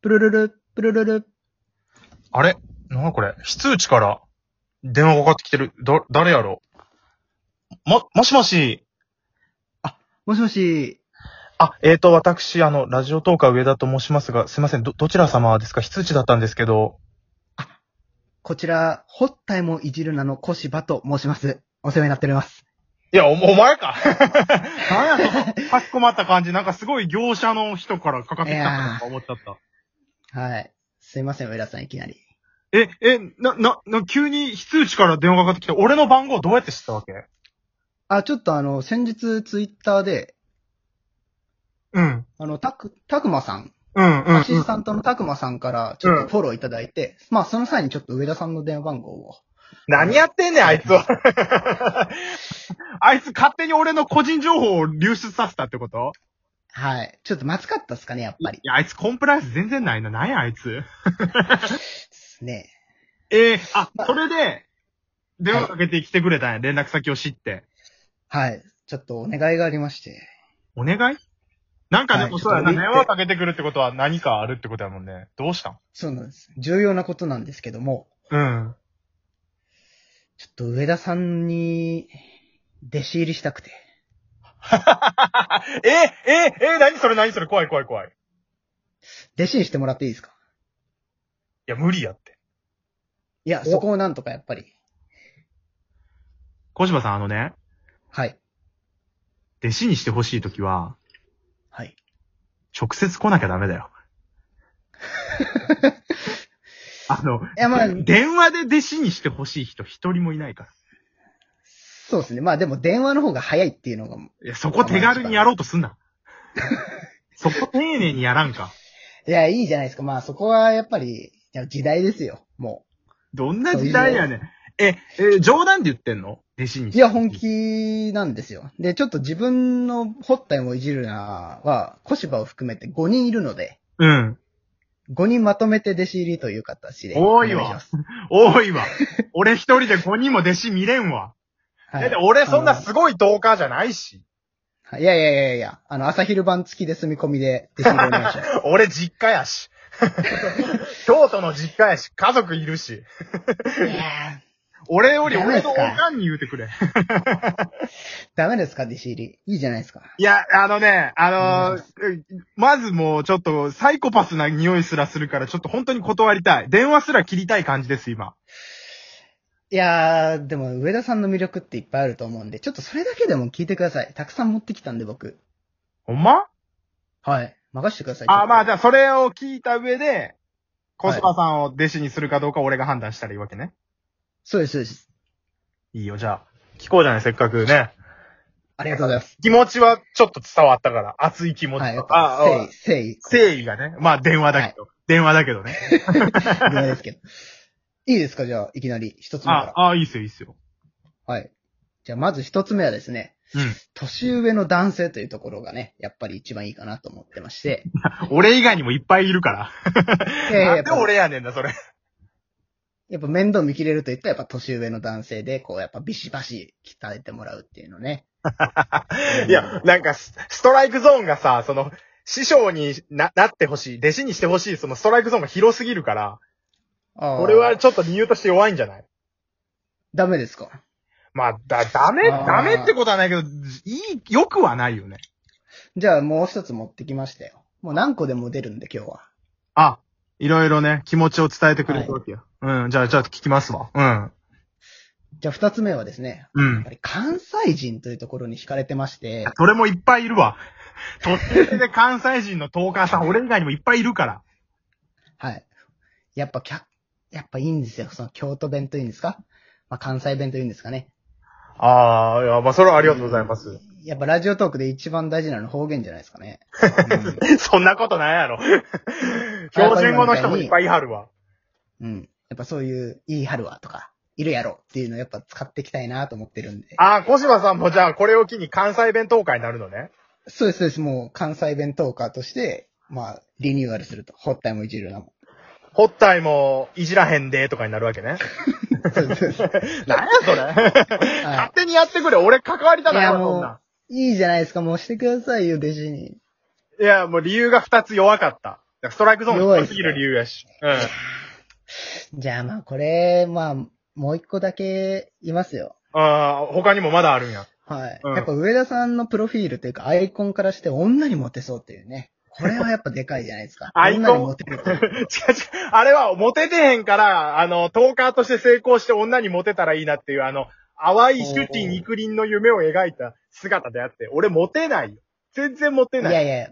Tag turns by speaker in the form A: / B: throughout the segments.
A: プルルル、プルルル。
B: あれなんだこれ非通知から電話がかかってきてる。だ、誰やろも、もしもし。
A: もしもし、
B: あ、えーと、私、あの、ラジオトーカー上田と申しますが、すいません、ど、どちら様ですか非通知だったんですけど。
A: こちら、ホッタイもいじるなの小芝と申します。お世話になっております。
B: いや、お、お前 かなんやその、かしこまった感じ。なんかすごい業者の人からかかってきたんかなとか思っちゃった。
A: はい。すいません、上田さん、いきなり。
B: え、え、な、な、な、急に非通知から電話がかかってきて、俺の番号どうやって知ったわけ
A: あ、ちょっとあの、先日、ツイッターで、
B: うん。
A: あの、たく、たくまさん、
B: うん、うん。
A: アシスタントのたくまさんから、ちょっ
B: うん
A: とフォローいただいて、まあ、その際にちょっと上田さんの電話番号を。
B: 何やってんねん、あいつは。 あいつ勝手に俺の個人情報を流出させたってこと
A: はい。ちょっとまずかったっすかね、やっぱり
B: い。や、あいつコンプライアンス全然ないな。何や、あいつ。
A: ですね。
B: ええあ、それで、電話かけてきてくれたんや。連絡先を知って。
A: はい。ちょっとお願いがありまして。
B: お願いなんかで
A: は
B: も
A: い
B: そうやな。
A: ちょっと見て
B: 電話かけてくるってことは何かあるってことやもんね。どうしたん
A: そうなんです。重要なことなんですけども、
B: うん。
A: ちょっと上田さんに、弟子入りしたくて。
B: え えええ何それ何それ怖い怖い怖い。い
A: 弟子にしてもらっていいですか
B: や、無理やって。
A: いや、
B: お
A: そこをなんとかやっぱり。
B: 小島さん、あのね、
A: はい。
B: 弟子にしてほしいときは、
A: はい。
B: 直接来なきゃダメだよ。 あの、
A: いや、まあ、
B: 電話で弟子にしてほしい人一人もいないから。
A: そうですね。まあでも電話の方が早いっていうのが、い
B: いや、そこ手軽にやろうとすん な。そこ丁寧にやらんか。
A: や、いいじゃないですか。まあそこはやっぱり、いや時代ですよ。も
B: どんな時代やねん。え、え、冗談で言ってんの弟子に。
A: う。いや、本。気なんですよ。で、ちょっと自分のホッタイもいじるなは、小芝を含めて5人いるので、
B: うん。
A: 5人まとめて弟子入りという形で。
B: 多いわ
A: お願します
B: 多いわ。 俺一人で5人も弟子見れんわ。
A: はい
B: だって俺そんなすごい同化じゃないし。
A: いやいやいやいや、あの、朝昼晩付きで住み込みで、弟子入りお願いします。
B: 俺実家 やし。京都の実家やし、家族いるし。
A: いや
B: 俺より
A: ダメ
B: 俺
A: です
B: の
A: か
B: おかんに言うてくれ。
A: ーダメですか、弟子入り。いいじゃないですか。
B: いや、あのね、あのーまずもうちょっとサイコパスな匂いすらするから、ちょっと本当に断りたい。電話すら切りたい感じです、今。
A: いやー、でも、上田さんの魅力っていっぱいあると思うんで、ちょっとそれだけでも聞いてください。たくさん持ってきたんで、僕。
B: ほんま
A: はい。任してください。
B: あ、まあじ
A: ゃ
B: ゃあそれを聞いた上で、小芝さんを弟子にするかどうか俺が判断したらいいわけね。
A: そうです、そうです。
B: いいよ、じゃあ。聞こうじゃない、せっかくね。
A: ありがとうございます。
B: 気持ちはちょっと伝わったから、熱い気持ち。
A: はい。やっ
B: あ
A: ぱ
B: あ
A: 誠意、誠意、
B: 誠意がね。まあ電話だけど。電話だけどね。
A: ぐらいですけど。いいですか、じゃあ、いきなり、一つ目
B: あ
A: か、
B: あ、いいっすよ、いいっすよ。
A: ら。はい。じゃあ、まず一つ目はですね、
B: うん。
A: 年上の男性というところがね、やっぱり一番いいかなと思ってまして。
B: 俺以外にもいっぱいいるから。
A: いやいや
B: なんで俺やねんだ、それ。
A: やっぱ面倒見切れると言ったらやっぱ年上の男性で、こうやっぱビシバシ鍛えてもらうっていうのね。
B: いや、なんかス、ストライクゾーンがさ、その、師匠にななってほしい、弟子にしてほしい、そのストライクゾーンが広すぎるから、
A: あー
B: 俺はちょっと理由として弱いんじゃない
A: ダメですか
B: まあ、だ、ダメ、
A: あー
B: ダメってことはないけど、いい、良くはないよね。
A: じゃあもう一つ持ってきましたよ。もう何個でも出るんで今日は。
B: あ、いろいろね、気持ちを伝えてくれるわけよ。うん、じゃあ、じゃあ聞きますわ。うん。
A: じゃあ二つ目はですね、
B: う
A: やっ
B: ん
A: ぱ。り関西人というところに惹かれてまして、
B: それもいっぱいいるわ。 突然で関西人のトーカーさん、俺以外にもいっぱいいるから。
A: はい。やっぱ客、やっぱいいんですよ。その京都弁というんですかまあ関西弁というんですかね。
B: ああ、いや、まあ、それはあり
A: がとうござい
B: ます。
A: やっぱラジオトークで一番大事なのは方言じゃないですかね。うん
B: そんなことないや ろ。標準語の人もいっぱいいはるわ。
A: うん。やっぱそういう、いい春はとか、いるやろっていうのをやっぱ使っていきたいなと思ってるんで。
B: ああ、小島さんもじゃあこれを機に関西弁当会になるのね。
A: そうです、そうです。もう関西弁トーカーとして、まあ、リニューアルすると。ホッタイもいじるなも
B: ほったいもいじらへんでとかになるわけね。
A: ん。そうです、そうです。
B: なんやそれ。勝手にやってくれ。俺関わりたない
A: い
B: わ、
A: やもう
B: そんなん。
A: いいじゃないですか。もうしてくださいよ、弟子に。
B: いや、もう理由が二つ弱かった。らストライクゾーンが低すぎる理由やし。うん。
A: じゃあまあ、これ、まあ、もう一個だけいますよ。
B: ああ、他にもまだあるんや。
A: はい。
B: うん。
A: やっぱ上田さんのプロフィールというか、アイコンからして女にモテそうっていうね。これはやっぱでかいじゃないですか
B: アイコン
A: 女にモテると
B: 違う違う。あれは、モテてへんから、あの、トーカーとして成功して女にモテたらいいなっていう、あの、淡いシュティ肉林の夢を描いた姿であって、俺モテないよ。全然モテ
A: い
B: ない。
A: やいや。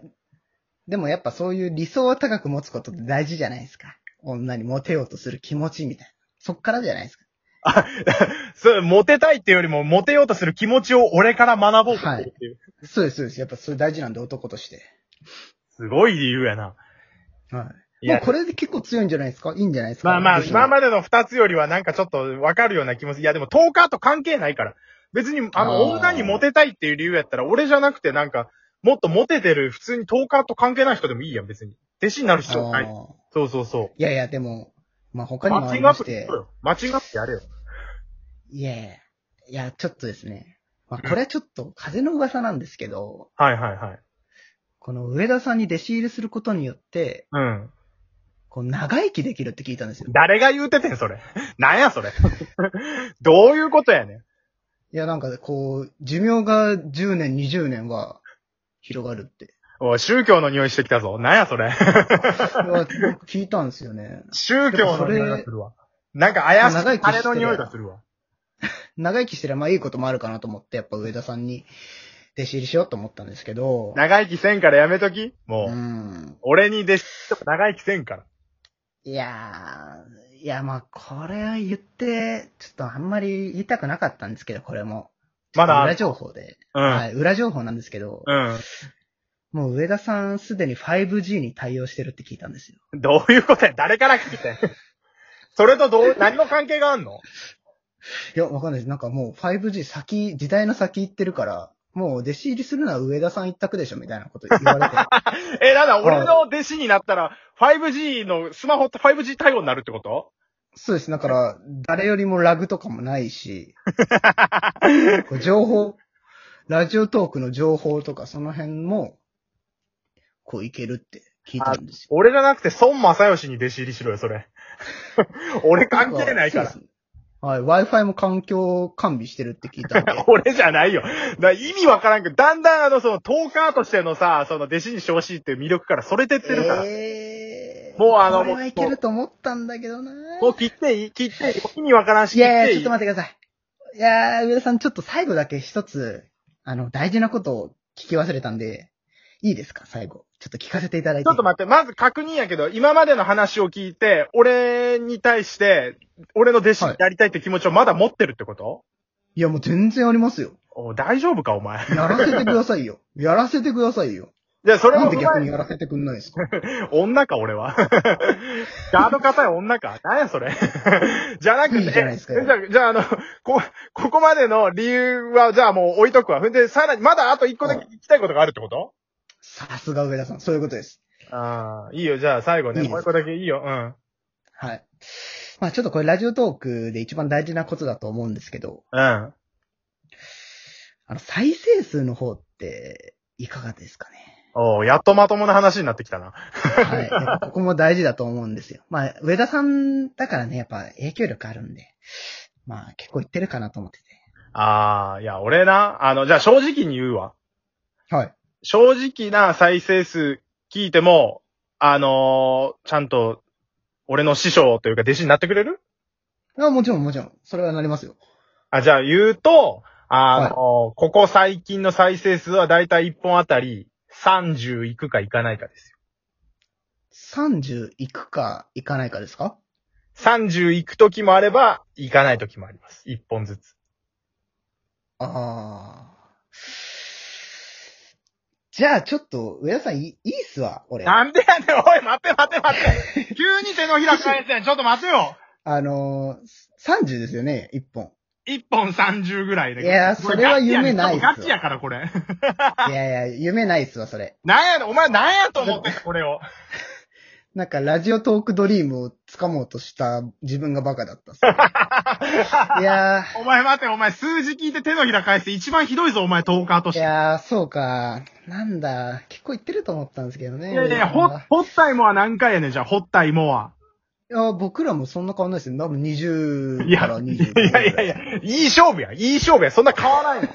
A: でもやっぱそういう理想を高く持つことって大事じゃないですか。女にモテようとする気持ちみたいな。そっからじゃないですか。
B: そう、モテたいっていうよりも、モテようとする気持ちを俺から学ぼうとするっていう。
A: そうです、そうです。やっぱそれ大事なんで男として。
B: すごい理由やな。
A: はいい。も
B: や
A: うこれで結構強いんじゃないですかいいんじゃないですか
B: まあまあ、
A: ぜひ
B: 今までの二つよりはなんかちょっとわかるような気もする。いやでもトーカーと関係ないから。別に、あの、
A: あー
B: 女にモテたいっていう理由やったら、俺じゃなくてなんか、もっとモテてる、普通にトーカーと関係ない人でもいいやん、別に。弟子になる必要な
A: あ
B: い。
A: の
B: そうそうそ
A: いやいや、でも、まあ他
B: う。
A: に
B: マ
A: も
B: ッ
A: あ
B: チン
A: り
B: グア
A: ま
B: プ
A: し
B: リや
A: て
B: ろ。よ。マッチングアプリやれよ。
A: いやいや。いや、ちょっとですね。まあこれはちょっと風の噂なんですけど、
B: はいはいはい。
A: この上田さんに弟子入りすることによって、
B: うん。
A: こう長生きできるって聞いたんですよ。
B: 誰が言うててん、それ。 なんや、それ。どういうことやねん。
A: いや、なんかこう、寿命が10年、20年は広がるって。
B: おい宗教の匂いしてきたぞ。なんや、それ。
A: い やなんか聞いたんですよね。
B: 宗教の匂いがするわ。なんか怪
A: 長
B: し
A: 生
B: い
A: きして
B: 金の匂いがするわ。
A: 長生きしてりゃまあいいこともあるかなと思って、やっぱ上田さんに弟子入りしようと思ったんですけど、
B: 長生きせんからやめときもう。
A: うん。
B: 俺に弟子とか長生きせんから。
A: いやー、いやまあこれは言って、ちょっとあんまり言いたくなかったんですけど、これも。
B: まだあ
A: 裏
B: る。
A: 情報で。
B: うん。
A: はい、裏情報なんですけど、もう上田さんすでに 5G に対応してるって聞いたんですよ。
B: うん。どういうことや誰から聞いてん それとどう、何の関係があんの
A: いや、わかんないです。なんかもう 5G 先、時代の先行ってるから、もう弟子入りするのは上田さん一択でしょみたいなこと言われて。
B: え、なんだ、俺の弟子になったら、5G の、スマホって 5G 対応になるってこと
A: そうです。だから、誰よりもラグとかもない し、こう情報、ラジオトークの情報とかその辺も、こういけるって聞いたんですよ。
B: 俺じゃなくて、孫正義に弟子入りしろよ、それ。 俺関係ないから
A: そう。です。はい。Wi-Fi も環境完備してるって聞い たんで。
B: 俺じゃないよ。だから意味わからんけど、だんだんあの、その、トーカーとしてのさ、その、弟子にしてほしいっていう魅力からそれてってるから。
A: えー、
B: もうあの
A: これはいけると思ったんだけどな
B: もう切っていい切っていい意味わからんし、
A: いやいや、ち
B: 切
A: ょっと待ってください。いやー、上田さん、ちょっと最後だけ一つ、あの、大事なことを聞き忘れたんで、いいですか、最後。ちょっと聞かせていただいて。
B: ちょっと待って、まず確認やけど、今までの話を聞いて、俺に対して、俺の弟子になりたいって気持ちをまだ持ってるってこと、
A: いや、もう全然ありますよ。
B: お大丈夫か、お前。
A: やらせてくださいよ。やらせてくださいよ。
B: じゃあ、それ
A: なん
B: も
A: で
B: 踏
A: 逆
B: まえ
A: にやらせてくんないですか
B: 女か、俺 は。ガード硬い女か。なんや、そ れ。じゃなくて、
A: いいじゃないですか
B: えじゃあ、じゃあ、あの、こ、ここまでの理由は、じゃあもう置いとくわ。ほんで、さらに、まだあと一個だけ聞きたいことがあるってこと
A: さすが上田さん。そういうことです。
B: ああ、いいよ、じゃあ最後ね、
A: いいです
B: もう一個だけいいよ、うん。
A: はい。まあちょっとこれラジオトークで一番大事なことだと思うんですけど、
B: うん。
A: あの、再生数の方って、いかがですかね。
B: おうやっとまともな話になってきたな。
A: はい。やっぱここも大事だと思うんですよ。まあ、上田さんだからね、やっぱ影響力あるんで、まあ結構いってるかなと思ってて。
B: ああ、いや、俺な、あの、じゃあ正直に言うわ。
A: はい。
B: 正直な再生数聞いても、あのーちゃんと、俺の師匠というか弟子になってくれる
A: あもちろんもちろん。それはなりますよ。
B: あ、じゃあ言うと、あのー
A: はい
B: ここ最近の再生数はだいたい1本あたり30いくかいかないかですよ。
A: 30いくか、いかないかですか
B: 30いくときもあれば、いかないときもあります。1本ずつ。
A: ああ。じゃあちょっと、上田さんい、いいっすわ、俺。
B: なんでやねん、お い、待って待って 待って。急に手のひら返せん。ちょっと待てよ。
A: あのー、30ですよね、1本。
B: 一本30ぐらいで。
A: いやそれは夢ないっすよ
B: ガチやから、これ。
A: いやいや、夢ないっすわ、それ。
B: なんやねん、お前なんやと思ってんのこれを。
A: なんか、ラジオトークドリームを掴もうとした自分がバカだったっすねいや
B: お前待て、お前数字聞いて手のひら返して一番ひどいぞ、お前トーカーとし
A: ー、い
B: て。
A: やー、そうか。なんだ、結構言ってると思ったんですけどね。
B: いやいや、ほ、ほったいもは何回やねん、じゃあ、ほったいもは。
A: いや、僕らもそんな変わんないですよ。多分
B: い
A: 20か
B: や、
A: ら25
B: い
A: ぐら。
B: やいやいや、いい勝負や、いい勝負や、そんな変わらんよ。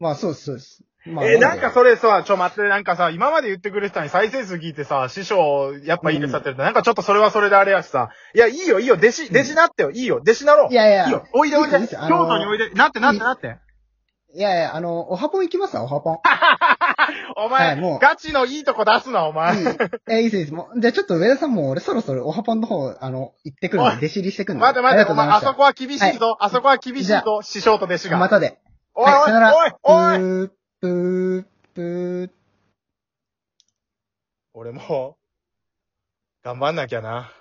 A: まあ、そうです、そうです。まあ、
B: えーなんかそれさ、ちょ待って、なんかさ、今まで言ってくれてたのに再生数聞いてさ、師匠、やっぱいいですって言って、なんかちょっとそれはそれであれやしさ、いや、いいよ、いいよ、弟子、弟子なってよ、いいよ、弟子なろう。
A: いやいや
B: いいよ、おいでおい
A: い
B: で、
A: いですいいで
B: 京
A: すあのー
B: 都においで、なってなってなって。
A: いやいや、あの、おはぽん行きますわ、おはぽん。
B: お前、
A: はいもう
B: ガチのいいとこ出すな、お前。
A: いい。え、いいです、いいです。もう、じゃあちょっと上田さんも俺そろそろおはぽんの方、あの、行ってくるん
B: おい
A: で、弟子入りしてくるんで。
B: 待て
A: あ
B: 待
A: り
B: て
A: が、と
B: お
A: うござ
B: 前、
A: いま
B: あ
A: した
B: そこは厳しいぞ、あそこは厳しい
A: じゃ
B: ぞ、師匠と弟子が。
A: またで。
B: おいおい
A: はい、さよなら
B: おいおい
A: ぷー、ぷー、ぷー。
B: 俺もう、頑張んなきゃな。